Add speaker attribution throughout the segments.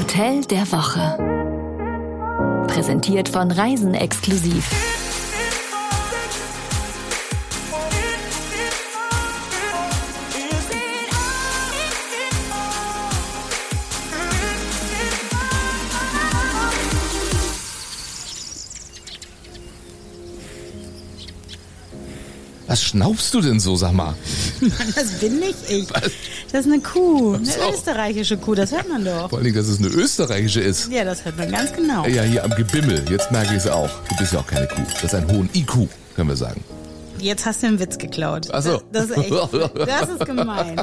Speaker 1: Hotel der Woche. Präsentiert von Reisen exklusiv.
Speaker 2: Was schnaufst du denn so, sag mal?
Speaker 3: Das bin nicht ich. Das ist eine Kuh. Eine
Speaker 2: Ach so.
Speaker 3: österreichische Kuh, das hört man doch.
Speaker 2: Vor allen Dingen, dass es eine österreichische ist.
Speaker 3: Ja, das hört man ganz genau.
Speaker 2: Ja, hier am Gebimmel. Jetzt merke ich es auch. Du bist ja auch keine Kuh. Das ist ein hohen IQ, können wir sagen.
Speaker 3: Jetzt hast du den Witz geklaut.
Speaker 2: Ach so.
Speaker 3: Das, das ist echt, das ist gemein.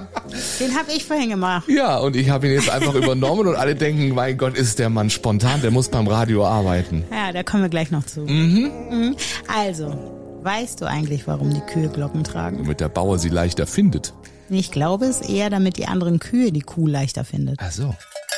Speaker 3: Den habe ich vorhin gemacht.
Speaker 2: Ja, und ich habe ihn jetzt einfach übernommen und alle denken, mein Gott, ist der Mann spontan, der muss beim Radio arbeiten.
Speaker 3: Ja, da kommen wir gleich noch zu. Mhm. Also, weißt du eigentlich, warum die Kühe Glocken tragen?
Speaker 2: Damit der Bauer sie leichter findet.
Speaker 3: Ich glaube es eher, damit die anderen Kühe die Kuh leichter findet.
Speaker 2: Ach so.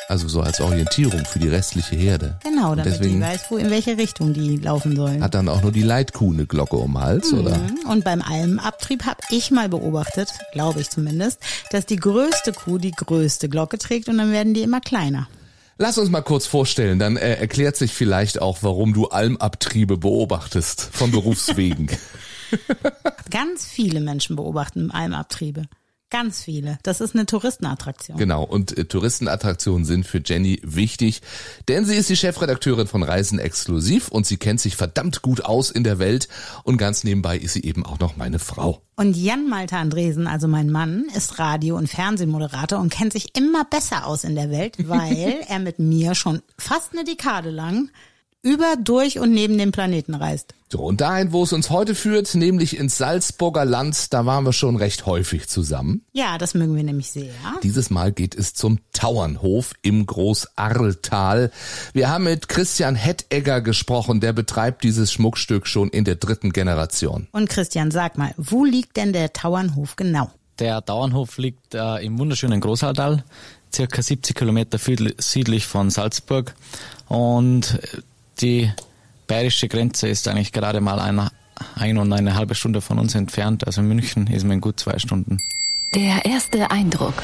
Speaker 2: Also so als Orientierung für die restliche Herde.
Speaker 3: Genau,
Speaker 2: Und
Speaker 3: damit die
Speaker 2: Deswegen
Speaker 3: weiß, wo in welche Richtung die laufen sollen.
Speaker 2: hat dann auch nur die Leitkuh eine Glocke um den Hals, oder?
Speaker 3: Und beim Almabtrieb habe ich mal beobachtet, glaube ich zumindest, dass die größte Kuh die größte Glocke trägt und dann werden die immer kleiner.
Speaker 2: Lass uns mal kurz vorstellen, dann äh, erklärt sich vielleicht auch, warum du Almabtriebe beobachtest, von Berufswegen.
Speaker 3: Ganz viele Menschen beobachten Almabtriebe. Ganz viele. Das ist eine Touristenattraktion.
Speaker 2: Genau, und äh, Touristenattraktionen sind für Jenny wichtig, denn sie ist die Chefredakteurin von Reisen exklusiv und sie kennt sich verdammt gut aus in der Welt und ganz nebenbei ist sie eben auch noch meine Frau.
Speaker 3: Und Jan Malte Andresen, also mein Mann, ist Radio- und Fernsehmoderator und kennt sich immer besser aus in der Welt, weil er mit mir schon fast eine Dekade lang über, durch und neben dem Planeten reist.
Speaker 2: So, und dahin, wo es uns heute führt, nämlich ins Salzburger Land, da waren wir schon recht häufig zusammen.
Speaker 3: Ja, das mögen wir nämlich sehr.
Speaker 2: Dieses Mal geht es zum Tauernhof im Großarltal. Wir haben mit Christian Hettegger gesprochen, der betreibt dieses Schmuckstück schon in der dritten Generation.
Speaker 3: Und Christian, sag mal, wo liegt denn der Tauernhof genau?
Speaker 4: Der Dauernhof liegt äh, im wunderschönen Großaldal, circa 70 Kilometer viel- südlich von Salzburg. Und die bayerische Grenze ist eigentlich gerade mal eine, ein und eine halbe Stunde von uns entfernt. Also in München ist man in gut zwei Stunden.
Speaker 1: Der erste Eindruck.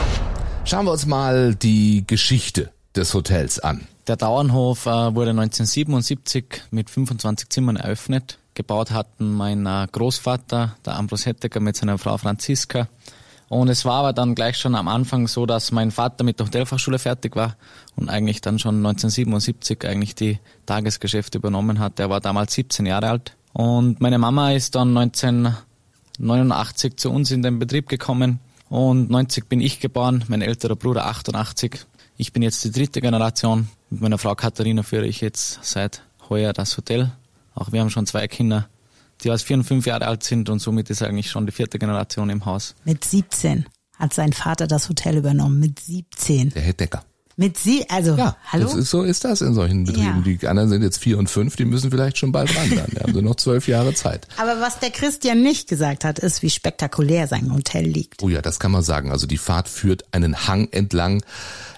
Speaker 2: Schauen wir uns mal die Geschichte des Hotels an.
Speaker 4: Der Dauernhof äh, wurde 1977 mit 25 Zimmern eröffnet. Gebaut hatten mein äh, Großvater, der Ambros Hettecker, mit seiner Frau Franziska. Und es war aber dann gleich schon am Anfang so, dass mein Vater mit der Hotelfachschule fertig war und eigentlich dann schon 1977 eigentlich die Tagesgeschäfte übernommen hat. Er war damals 17 Jahre alt. Und meine Mama ist dann 1989 zu uns in den Betrieb gekommen und 90 bin ich geboren, mein älterer Bruder 88. Ich bin jetzt die dritte Generation. Mit meiner Frau Katharina führe ich jetzt seit heuer das Hotel. Auch wir haben schon zwei Kinder, die aus vier und fünf Jahre alt sind und somit ist eigentlich schon die vierte Generation im Haus.
Speaker 3: Mit 17 hat sein Vater das Hotel übernommen. Mit 17.
Speaker 2: Der Hettegger.
Speaker 3: Mit sie, also,
Speaker 2: Ja,
Speaker 3: hallo?
Speaker 2: Das ist, so ist das in solchen Betrieben.
Speaker 3: Ja.
Speaker 2: Die anderen sind jetzt vier und fünf, die müssen vielleicht schon bald ran. Dann haben sie noch zwölf Jahre Zeit.
Speaker 3: Aber was der Christian nicht gesagt hat, ist, wie spektakulär sein Hotel liegt.
Speaker 2: Oh ja, das kann man sagen. Also die Fahrt führt einen Hang entlang,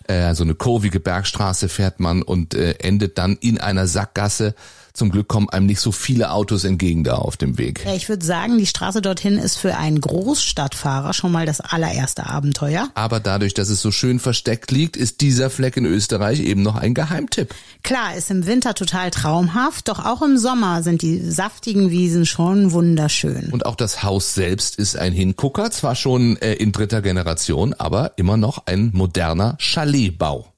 Speaker 2: äh, so eine kurvige Bergstraße fährt man und äh, endet dann in einer Sackgasse. Zum Glück kommen einem nicht so viele Autos entgegen da auf dem Weg.
Speaker 3: Ja, ich würde sagen, die Straße dorthin ist für einen Großstadtfahrer schon mal das allererste Abenteuer.
Speaker 2: Aber dadurch, dass es so schön versteckt liegt, ist dieser Fleck in Österreich eben noch ein Geheimtipp.
Speaker 3: Klar, ist im Winter total traumhaft, doch auch im Sommer sind die saftigen Wiesen schon wunderschön.
Speaker 2: Und auch das Haus selbst ist ein Hingucker, zwar schon äh, in dritter Generation, aber immer noch ein moderner Chaletbau.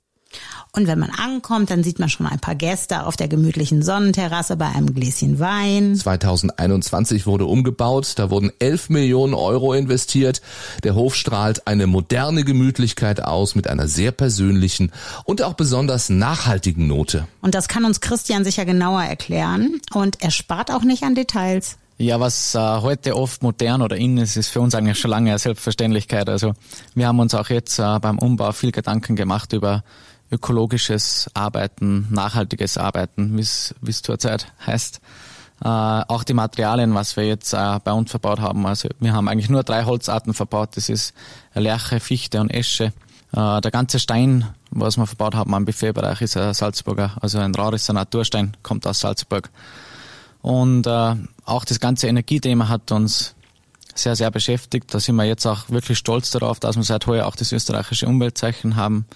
Speaker 3: Und wenn man ankommt, dann sieht man schon ein paar Gäste auf der gemütlichen Sonnenterrasse bei einem Gläschen Wein.
Speaker 2: 2021 wurde umgebaut, da wurden 11 Millionen Euro investiert. Der Hof strahlt eine moderne Gemütlichkeit aus mit einer sehr persönlichen und auch besonders nachhaltigen Note.
Speaker 3: Und das kann uns Christian sicher genauer erklären. Und er spart auch nicht an Details.
Speaker 4: Ja, was äh, heute oft modern oder in ist, ist für uns eigentlich schon lange eine Selbstverständlichkeit. Also wir haben uns auch jetzt äh, beim Umbau viel Gedanken gemacht über ökologisches Arbeiten, nachhaltiges Arbeiten, wie es zurzeit heißt. Äh, auch die Materialien, was wir jetzt äh, bei uns verbaut haben. Also wir haben eigentlich nur drei Holzarten verbaut. Das ist Lerche, Fichte und Esche. Äh, der ganze Stein, was wir verbaut haben am Buffetbereich, ist ein Salzburger, also ein Raurisser Naturstein, kommt aus Salzburg. Und äh, auch das ganze Energiethema hat uns sehr, sehr beschäftigt. Da sind wir jetzt auch wirklich stolz darauf, dass wir seit heuer auch das österreichische Umweltzeichen haben.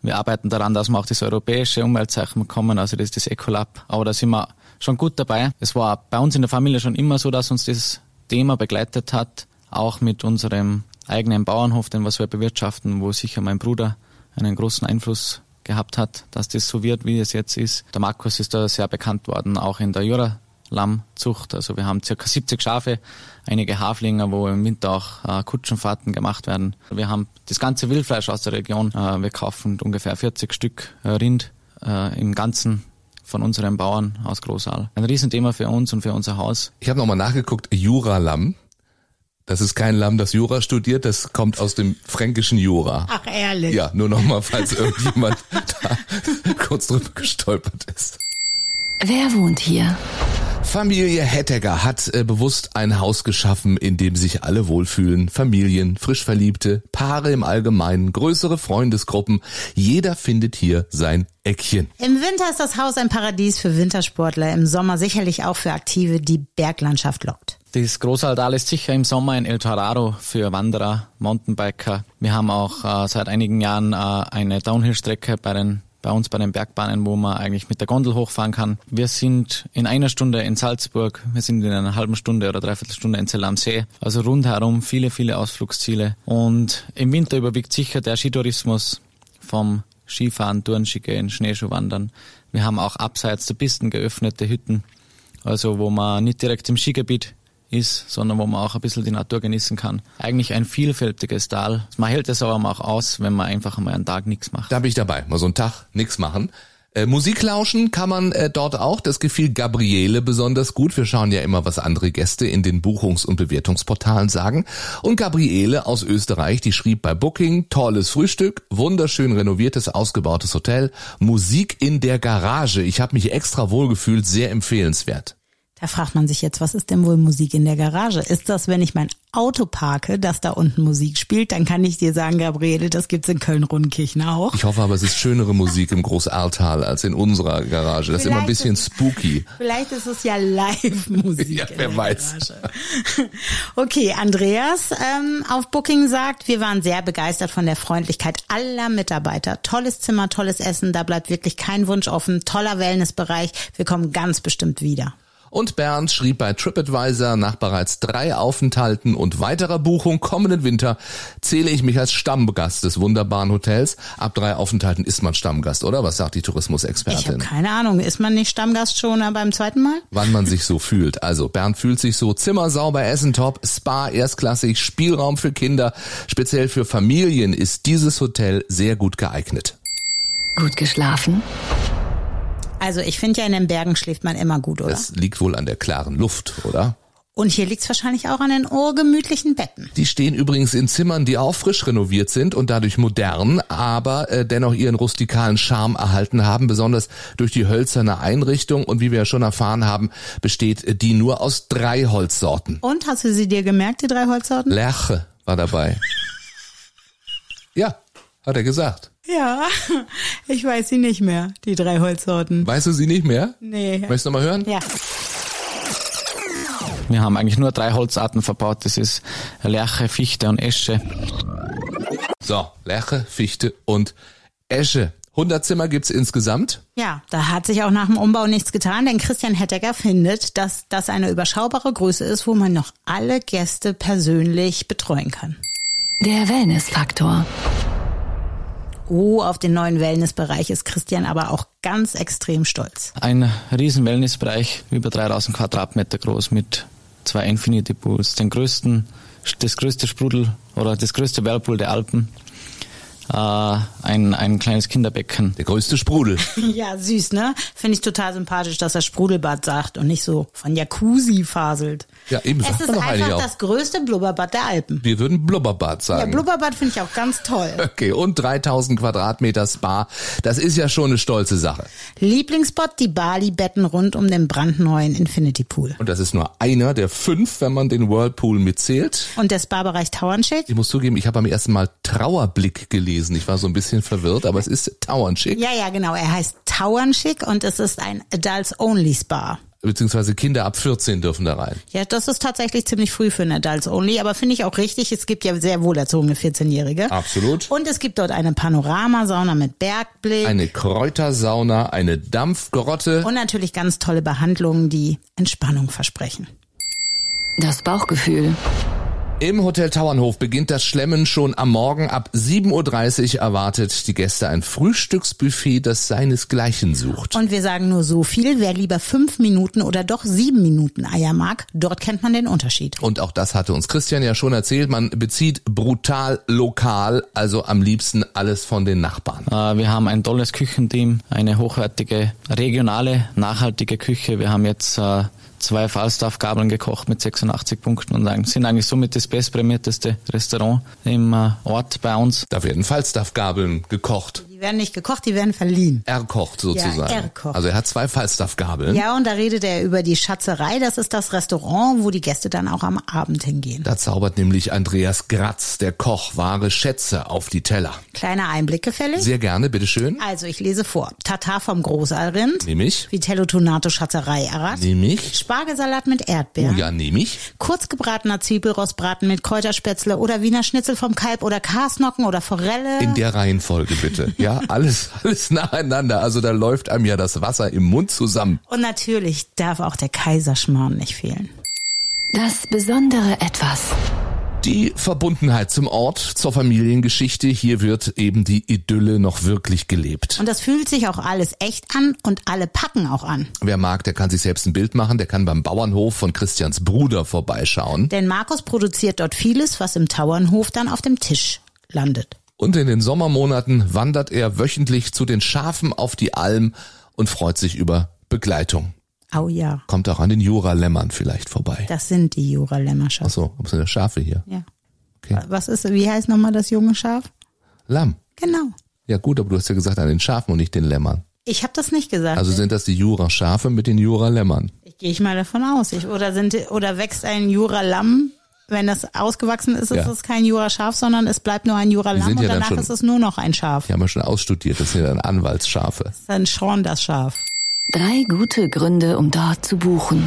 Speaker 4: Wir arbeiten daran, dass wir auch das europäische Umweltzeichen bekommen, also das ist das Ecolab. Aber da sind wir schon gut dabei. Es war bei uns in der Familie schon immer so, dass uns das Thema begleitet hat, auch mit unserem eigenen Bauernhof, den was wir bewirtschaften, wo sicher mein Bruder einen großen Einfluss gehabt hat, dass das so wird, wie es jetzt ist. Der Markus ist da sehr bekannt worden, auch in der Jura-Lammzucht. Also wir haben circa 70 Schafe, einige Haflinger, wo im Winter auch äh, Kutschenfahrten gemacht werden. Wir haben das ganze Wildfleisch aus der Region. Äh, wir kaufen ungefähr 40 Stück äh, Rind im Ganzen von unseren Bauern aus Großaal. Ein Riesenthema für uns und für unser Haus.
Speaker 2: Ich habe nochmal nachgeguckt, Jura-Lamm. Das ist kein Lamm, das Jura studiert, das kommt aus dem fränkischen Jura.
Speaker 3: Ach, ehrlich.
Speaker 2: Ja, nur nochmal, falls irgendjemand da kurz drüber gestolpert ist.
Speaker 1: Wer wohnt hier?
Speaker 2: Familie Hettegger hat äh, bewusst ein Haus geschaffen, in dem sich alle wohlfühlen. Familien, frisch Verliebte, Paare im Allgemeinen, größere Freundesgruppen. Jeder findet hier sein Eckchen.
Speaker 3: Im Winter ist das Haus ein Paradies für Wintersportler, im Sommer sicherlich auch für Aktive, die Berglandschaft lockt.
Speaker 4: Das Großaltal ist sicher im Sommer ein El Torado für Wanderer, Mountainbiker. Wir haben auch äh, seit einigen Jahren äh, eine Downhill-Strecke bei den bei uns bei den Bergbahnen, wo man eigentlich mit der Gondel hochfahren kann. Wir sind in einer Stunde in Salzburg, wir sind in einer halben Stunde oder dreiviertel Stunde in Zell am See. Also rundherum viele, viele Ausflugsziele. Und im Winter überwiegt sicher der Skitourismus vom Skifahren, Tourenskigehen, Schneeschuhwandern. Wir haben auch abseits der Pisten geöffnete Hütten, also wo man nicht direkt im Skigebiet ist, sondern wo man auch ein bisschen die Natur genießen kann. Eigentlich ein vielfältiges Tal. Man hält es aber auch aus, wenn man einfach mal einen Tag nichts macht.
Speaker 2: Da bin ich dabei, mal so einen Tag nichts machen. Äh, Musik lauschen kann man äh, dort auch. Das gefiel Gabriele besonders gut. Wir schauen ja immer, was andere Gäste in den Buchungs- und Bewertungsportalen sagen. Und Gabriele aus Österreich, die schrieb bei Booking, tolles Frühstück, wunderschön renoviertes, ausgebautes Hotel, Musik in der Garage. Ich habe mich extra wohlgefühlt, sehr empfehlenswert.
Speaker 3: Da fragt man sich jetzt, was ist denn wohl Musik in der Garage? Ist das, wenn ich mein Auto parke, dass da unten Musik spielt? Dann kann ich dir sagen, Gabriele, das gibt's in Köln-Rundkirchen auch.
Speaker 2: Ich hoffe aber, es ist schönere Musik im Großaltal als in unserer Garage. Das ist immer ein
Speaker 3: Vielleicht
Speaker 2: bisschen
Speaker 3: ist-
Speaker 2: spooky.
Speaker 3: Vielleicht ist es ja Live-Musik.
Speaker 2: Ja,
Speaker 3: in
Speaker 2: wer
Speaker 3: der
Speaker 2: weiß.
Speaker 3: Garage. Okay, Andreas ähm, auf Booking sagt, wir waren sehr begeistert von der Freundlichkeit aller Mitarbeiter. Tolles Zimmer, tolles Essen, da bleibt wirklich kein Wunsch offen. Toller Wellnessbereich, wir kommen ganz bestimmt wieder.
Speaker 2: Und Bernd schrieb bei TripAdvisor, nach bereits drei Aufenthalten und weiterer Buchung kommenden Winter zähle ich mich als Stammgast des wunderbaren Hotels. Ab drei Aufenthalten ist man Stammgast, oder? Was sagt die
Speaker 3: Ich habe
Speaker 2: Tourismusexpertin?
Speaker 3: keine Ahnung, ist man nicht Stammgast schon beim zweiten Mal?
Speaker 2: Wann man sich so fühlt. Also Bernd fühlt sich so Zimmer sauber, Essen top, Spa erstklassig, Spielraum für Kinder. Speziell für Familien ist dieses Hotel sehr gut geeignet.
Speaker 1: Gut geschlafen?
Speaker 3: Also ich finde ja, in den Bergen schläft man immer gut, oder?
Speaker 2: Das liegt wohl an der klaren Luft, oder?
Speaker 3: Und hier liegt's wahrscheinlich auch an den urgemütlichen Betten.
Speaker 2: Die stehen übrigens in Zimmern, die auch frisch renoviert sind und dadurch modern, aber äh, dennoch ihren rustikalen Charme erhalten haben, besonders durch die hölzerne Einrichtung. Und wie wir ja schon erfahren haben, besteht äh, die nur aus drei Holzsorten.
Speaker 3: Und hast du sie dir gemerkt, die drei Holzsorten?
Speaker 2: Lerche war dabei. Ja, hat er gesagt.
Speaker 3: Ja, ich weiß sie nicht mehr, die drei Holzsorten.
Speaker 2: Weißt du sie nicht mehr?
Speaker 3: Nee.
Speaker 2: Möchtest du noch mal hören?
Speaker 3: Ja.
Speaker 4: Wir haben eigentlich nur drei Holzarten verbaut. Das ist Lerche, Fichte und Esche.
Speaker 2: So, Lerche, Fichte und Esche. 100 Zimmer gibt's insgesamt.
Speaker 3: Ja, da hat sich auch nach dem Umbau nichts getan, denn Christian Hettegger findet, dass das eine überschaubare Größe ist, wo man noch alle Gäste persönlich betreuen kann.
Speaker 1: Der Wellnessfaktor.
Speaker 3: Oh, auf den neuen Wellnessbereich ist Christian aber auch ganz extrem stolz.
Speaker 4: Ein riesen Wellnessbereich, über 3000 Quadratmeter groß mit zwei Infinity Pools, den größten, das größte Sprudel oder das größte Whirlpool der Alpen, äh, ein, ein kleines Kinderbecken.
Speaker 2: Der größte Sprudel.
Speaker 3: Ja, süß, ne? Finde ich total sympathisch, dass er Sprudelbad sagt und nicht so von Jacuzzi faselt.
Speaker 2: Ja, eben
Speaker 3: Es
Speaker 2: sagt
Speaker 3: ist
Speaker 2: man doch eigentlich
Speaker 3: einfach
Speaker 2: auch.
Speaker 3: das größte Blubberbad der Alpen.
Speaker 2: Wir würden Blubberbad
Speaker 3: Ja,
Speaker 2: sagen.
Speaker 3: Blubberbad finde ich auch ganz toll.
Speaker 2: Okay, und 3000 Quadratmeter Spa. Das ist ja schon eine stolze Sache.
Speaker 3: Lieblingsspot, die Bali-Betten rund um den brandneuen Infinity Pool.
Speaker 2: Und das ist nur einer der fünf, wenn man den Whirlpool mitzählt.
Speaker 3: Und der Spa-Bereich Tauernschild?
Speaker 2: Ich muss zugeben, ich habe beim ersten Mal Trauerblick gelesen. Ich war so ein bisschen verwirrt, aber es ist Tauernschick.
Speaker 3: Ja, ja, genau. Er heißt Tauernschick und es ist ein Adults-Only-Spa.
Speaker 2: beziehungsweise Kinder ab 14 dürfen da rein.
Speaker 3: Ja, das ist tatsächlich ziemlich früh für ein Adults Only, aber finde ich auch richtig. Es gibt ja sehr wohlerzogene 14-Jährige.
Speaker 2: Absolut.
Speaker 3: Und es gibt dort eine Panoramasauna mit Bergblick
Speaker 2: Eine Kräutersauna, eine Dampfgrotte.
Speaker 3: und natürlich ganz tolle Behandlungen, die Entspannung versprechen.
Speaker 1: Das Bauchgefühl.
Speaker 2: Im Hotel Tauernhof beginnt das Schlemmen schon am Morgen. Ab 7.30 Uhr erwartet die Gäste ein Frühstücksbuffet, das seinesgleichen sucht.
Speaker 3: Und wir sagen nur so viel, wer lieber fünf Minuten oder doch sieben Minuten Eier mag, dort kennt man den Unterschied.
Speaker 2: Und auch das hatte uns Christian ja schon erzählt. Man bezieht brutal lokal, also am liebsten alles von den Nachbarn.
Speaker 4: Äh, Wir haben ein tolles Küchenteam, eine hochwertige, regionale, nachhaltige Küche. Wir haben jetzt äh, zwei Falstaff-Gabeln gekocht mit 86 Punkten und sagen, sind eigentlich somit das bestprämierteste Restaurant im äh, Ort bei uns.
Speaker 2: Da werden Falstaff-Gabeln gekocht,
Speaker 3: Die werden nicht gekocht, die werden verliehen.
Speaker 2: erkocht sozusagen.
Speaker 3: Ja, erkocht.
Speaker 2: Also er hat zwei Falstaff-Gabeln.
Speaker 3: Ja, und da redet er über die Schatzerei. Das ist das Restaurant, wo die Gäste dann auch am Abend hingehen.
Speaker 2: Da zaubert nämlich Andreas Gratz, der Koch, wahre Schätze auf die Teller.
Speaker 3: Kleiner Einblick gefällig.
Speaker 2: Sehr gerne, bitteschön.
Speaker 3: Also, ich lese vor. Tatar vom Großallrind.
Speaker 2: Nehm ich.
Speaker 3: Vitello Tonato Schatzerei Arrat.
Speaker 2: Nehm ich.
Speaker 3: Spargelsalat mit
Speaker 2: Oh
Speaker 3: Erdbeeren.
Speaker 2: ja, nehm ich.
Speaker 3: Kurzgebratener Zwiebelrostbraten mit Kräuterspätzle oder Wiener Schnitzel vom Kalb oder Karsnocken oder Forelle.
Speaker 2: In der Reihenfolge bitte. Ja, alles, alles nacheinander. Also da läuft einem ja das Wasser im Mund zusammen.
Speaker 3: Und natürlich darf auch der Kaiserschmarrn nicht fehlen.
Speaker 1: Das besondere Etwas.
Speaker 2: Die Verbundenheit zum Ort, zur Familiengeschichte, hier wird eben die Idylle noch wirklich gelebt.
Speaker 3: Und das fühlt sich auch alles echt an und alle packen auch an.
Speaker 2: Wer mag, der kann sich selbst ein Bild machen, der kann beim Bauernhof von Christians Bruder vorbeischauen.
Speaker 3: Denn Markus produziert dort vieles, was im Tauernhof dann auf dem Tisch landet.
Speaker 2: Und in den Sommermonaten wandert er wöchentlich zu den Schafen auf die Alm und freut sich über Begleitung.
Speaker 3: Au ja,
Speaker 2: Kommt auch an den Jura-Lämmern vielleicht vorbei.
Speaker 3: das sind die jura
Speaker 2: Ach
Speaker 3: lämmerschaft
Speaker 2: so, was sind das Schafe hier?
Speaker 3: Ja.
Speaker 2: Also, Okay.
Speaker 3: Was ist, wie heißt nochmal das junge Schaf?
Speaker 2: Lamm.
Speaker 3: Genau.
Speaker 2: Ja gut, aber du hast ja gesagt an den Schafen und nicht den Lämmern.
Speaker 3: Ich habe das nicht gesagt.
Speaker 2: Also sind das die Jura-Schafe mit den Jura-Lämmern.
Speaker 3: ich gehe ich mal davon aus. Ich, oder sind oder wächst ein Jura-Lamm, wenn das ausgewachsen ist, ist
Speaker 2: Ja.
Speaker 3: es kein Jura-Schaf, sondern es bleibt nur ein
Speaker 2: Die
Speaker 3: Jura-Lamm
Speaker 2: sind
Speaker 3: und
Speaker 2: ja dann
Speaker 3: danach
Speaker 2: schon-
Speaker 3: ist es nur noch ein Schaf.
Speaker 2: Die haben wir schon ausstudiert, das sind dann Anwaltsschafe.
Speaker 3: Dann schon das Schaf.
Speaker 1: Drei gute Gründe, um dort zu buchen.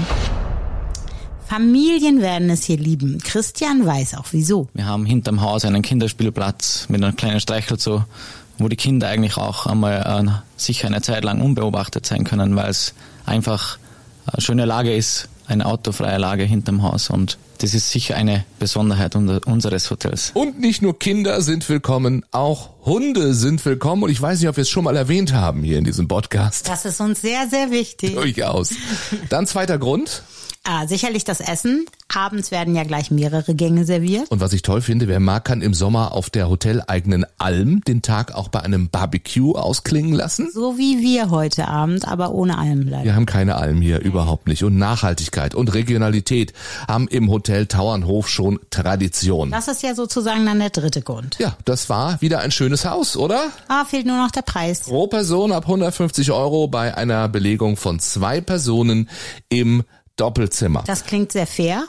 Speaker 3: Familien werden es hier lieben. Christian weiß auch wieso.
Speaker 4: Wir haben hinterm Haus einen Kinderspielplatz mit einem kleinen Streichelzoo, wo die Kinder eigentlich auch einmal äh, sicher eine Zeit lang unbeobachtet sein können, weil es einfach eine schöne Lage ist, eine autofreie Lage hinterm Haus und das ist sicher eine Besonderheit unter, unseres Hotels.
Speaker 2: Und nicht nur Kinder sind willkommen, auch Hunde sind willkommen. Und ich weiß nicht, ob wir es schon mal erwähnt haben hier in diesem Podcast.
Speaker 3: Das ist uns sehr, sehr wichtig.
Speaker 2: Durchaus. Dann zweiter Grund.
Speaker 3: Ah, sicherlich das Essen. Abends werden ja gleich mehrere Gänge serviert.
Speaker 2: Und was ich toll finde, wer mag, kann im Sommer auf der hoteleigenen Alm den Tag auch bei einem Barbecue ausklingen lassen.
Speaker 3: So wie wir heute Abend, aber ohne allem leider.
Speaker 2: Wir haben keine Alm hier, überhaupt nicht. Und Nachhaltigkeit und Regionalität haben im Hotel Tauernhof schon Tradition.
Speaker 3: Das ist ja sozusagen dann der dritte Grund.
Speaker 2: Ja, das war wieder ein schönes Haus, oder?
Speaker 3: Ah, fehlt nur noch der Preis.
Speaker 2: Pro Person ab 150 Euro bei einer Belegung von zwei Personen im Doppelzimmer.
Speaker 3: Das klingt sehr fair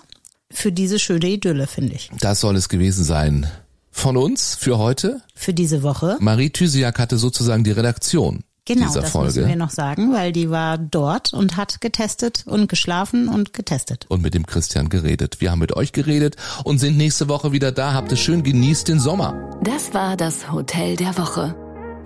Speaker 3: für diese schöne Idylle, finde ich.
Speaker 2: Das soll es gewesen sein. Von uns für heute.
Speaker 3: Für diese Woche.
Speaker 2: Marie Thysiak hatte sozusagen die Redaktion
Speaker 3: Genau,
Speaker 2: Hm. dieser
Speaker 3: das
Speaker 2: Folge.
Speaker 3: müssen wir noch sagen, weil die war dort und hat getestet und geschlafen und getestet.
Speaker 2: und mit dem Christian geredet. Wir haben mit euch geredet und sind nächste Woche wieder da. Habt es schön, genießt den Sommer.
Speaker 1: Das war das Hotel der Woche.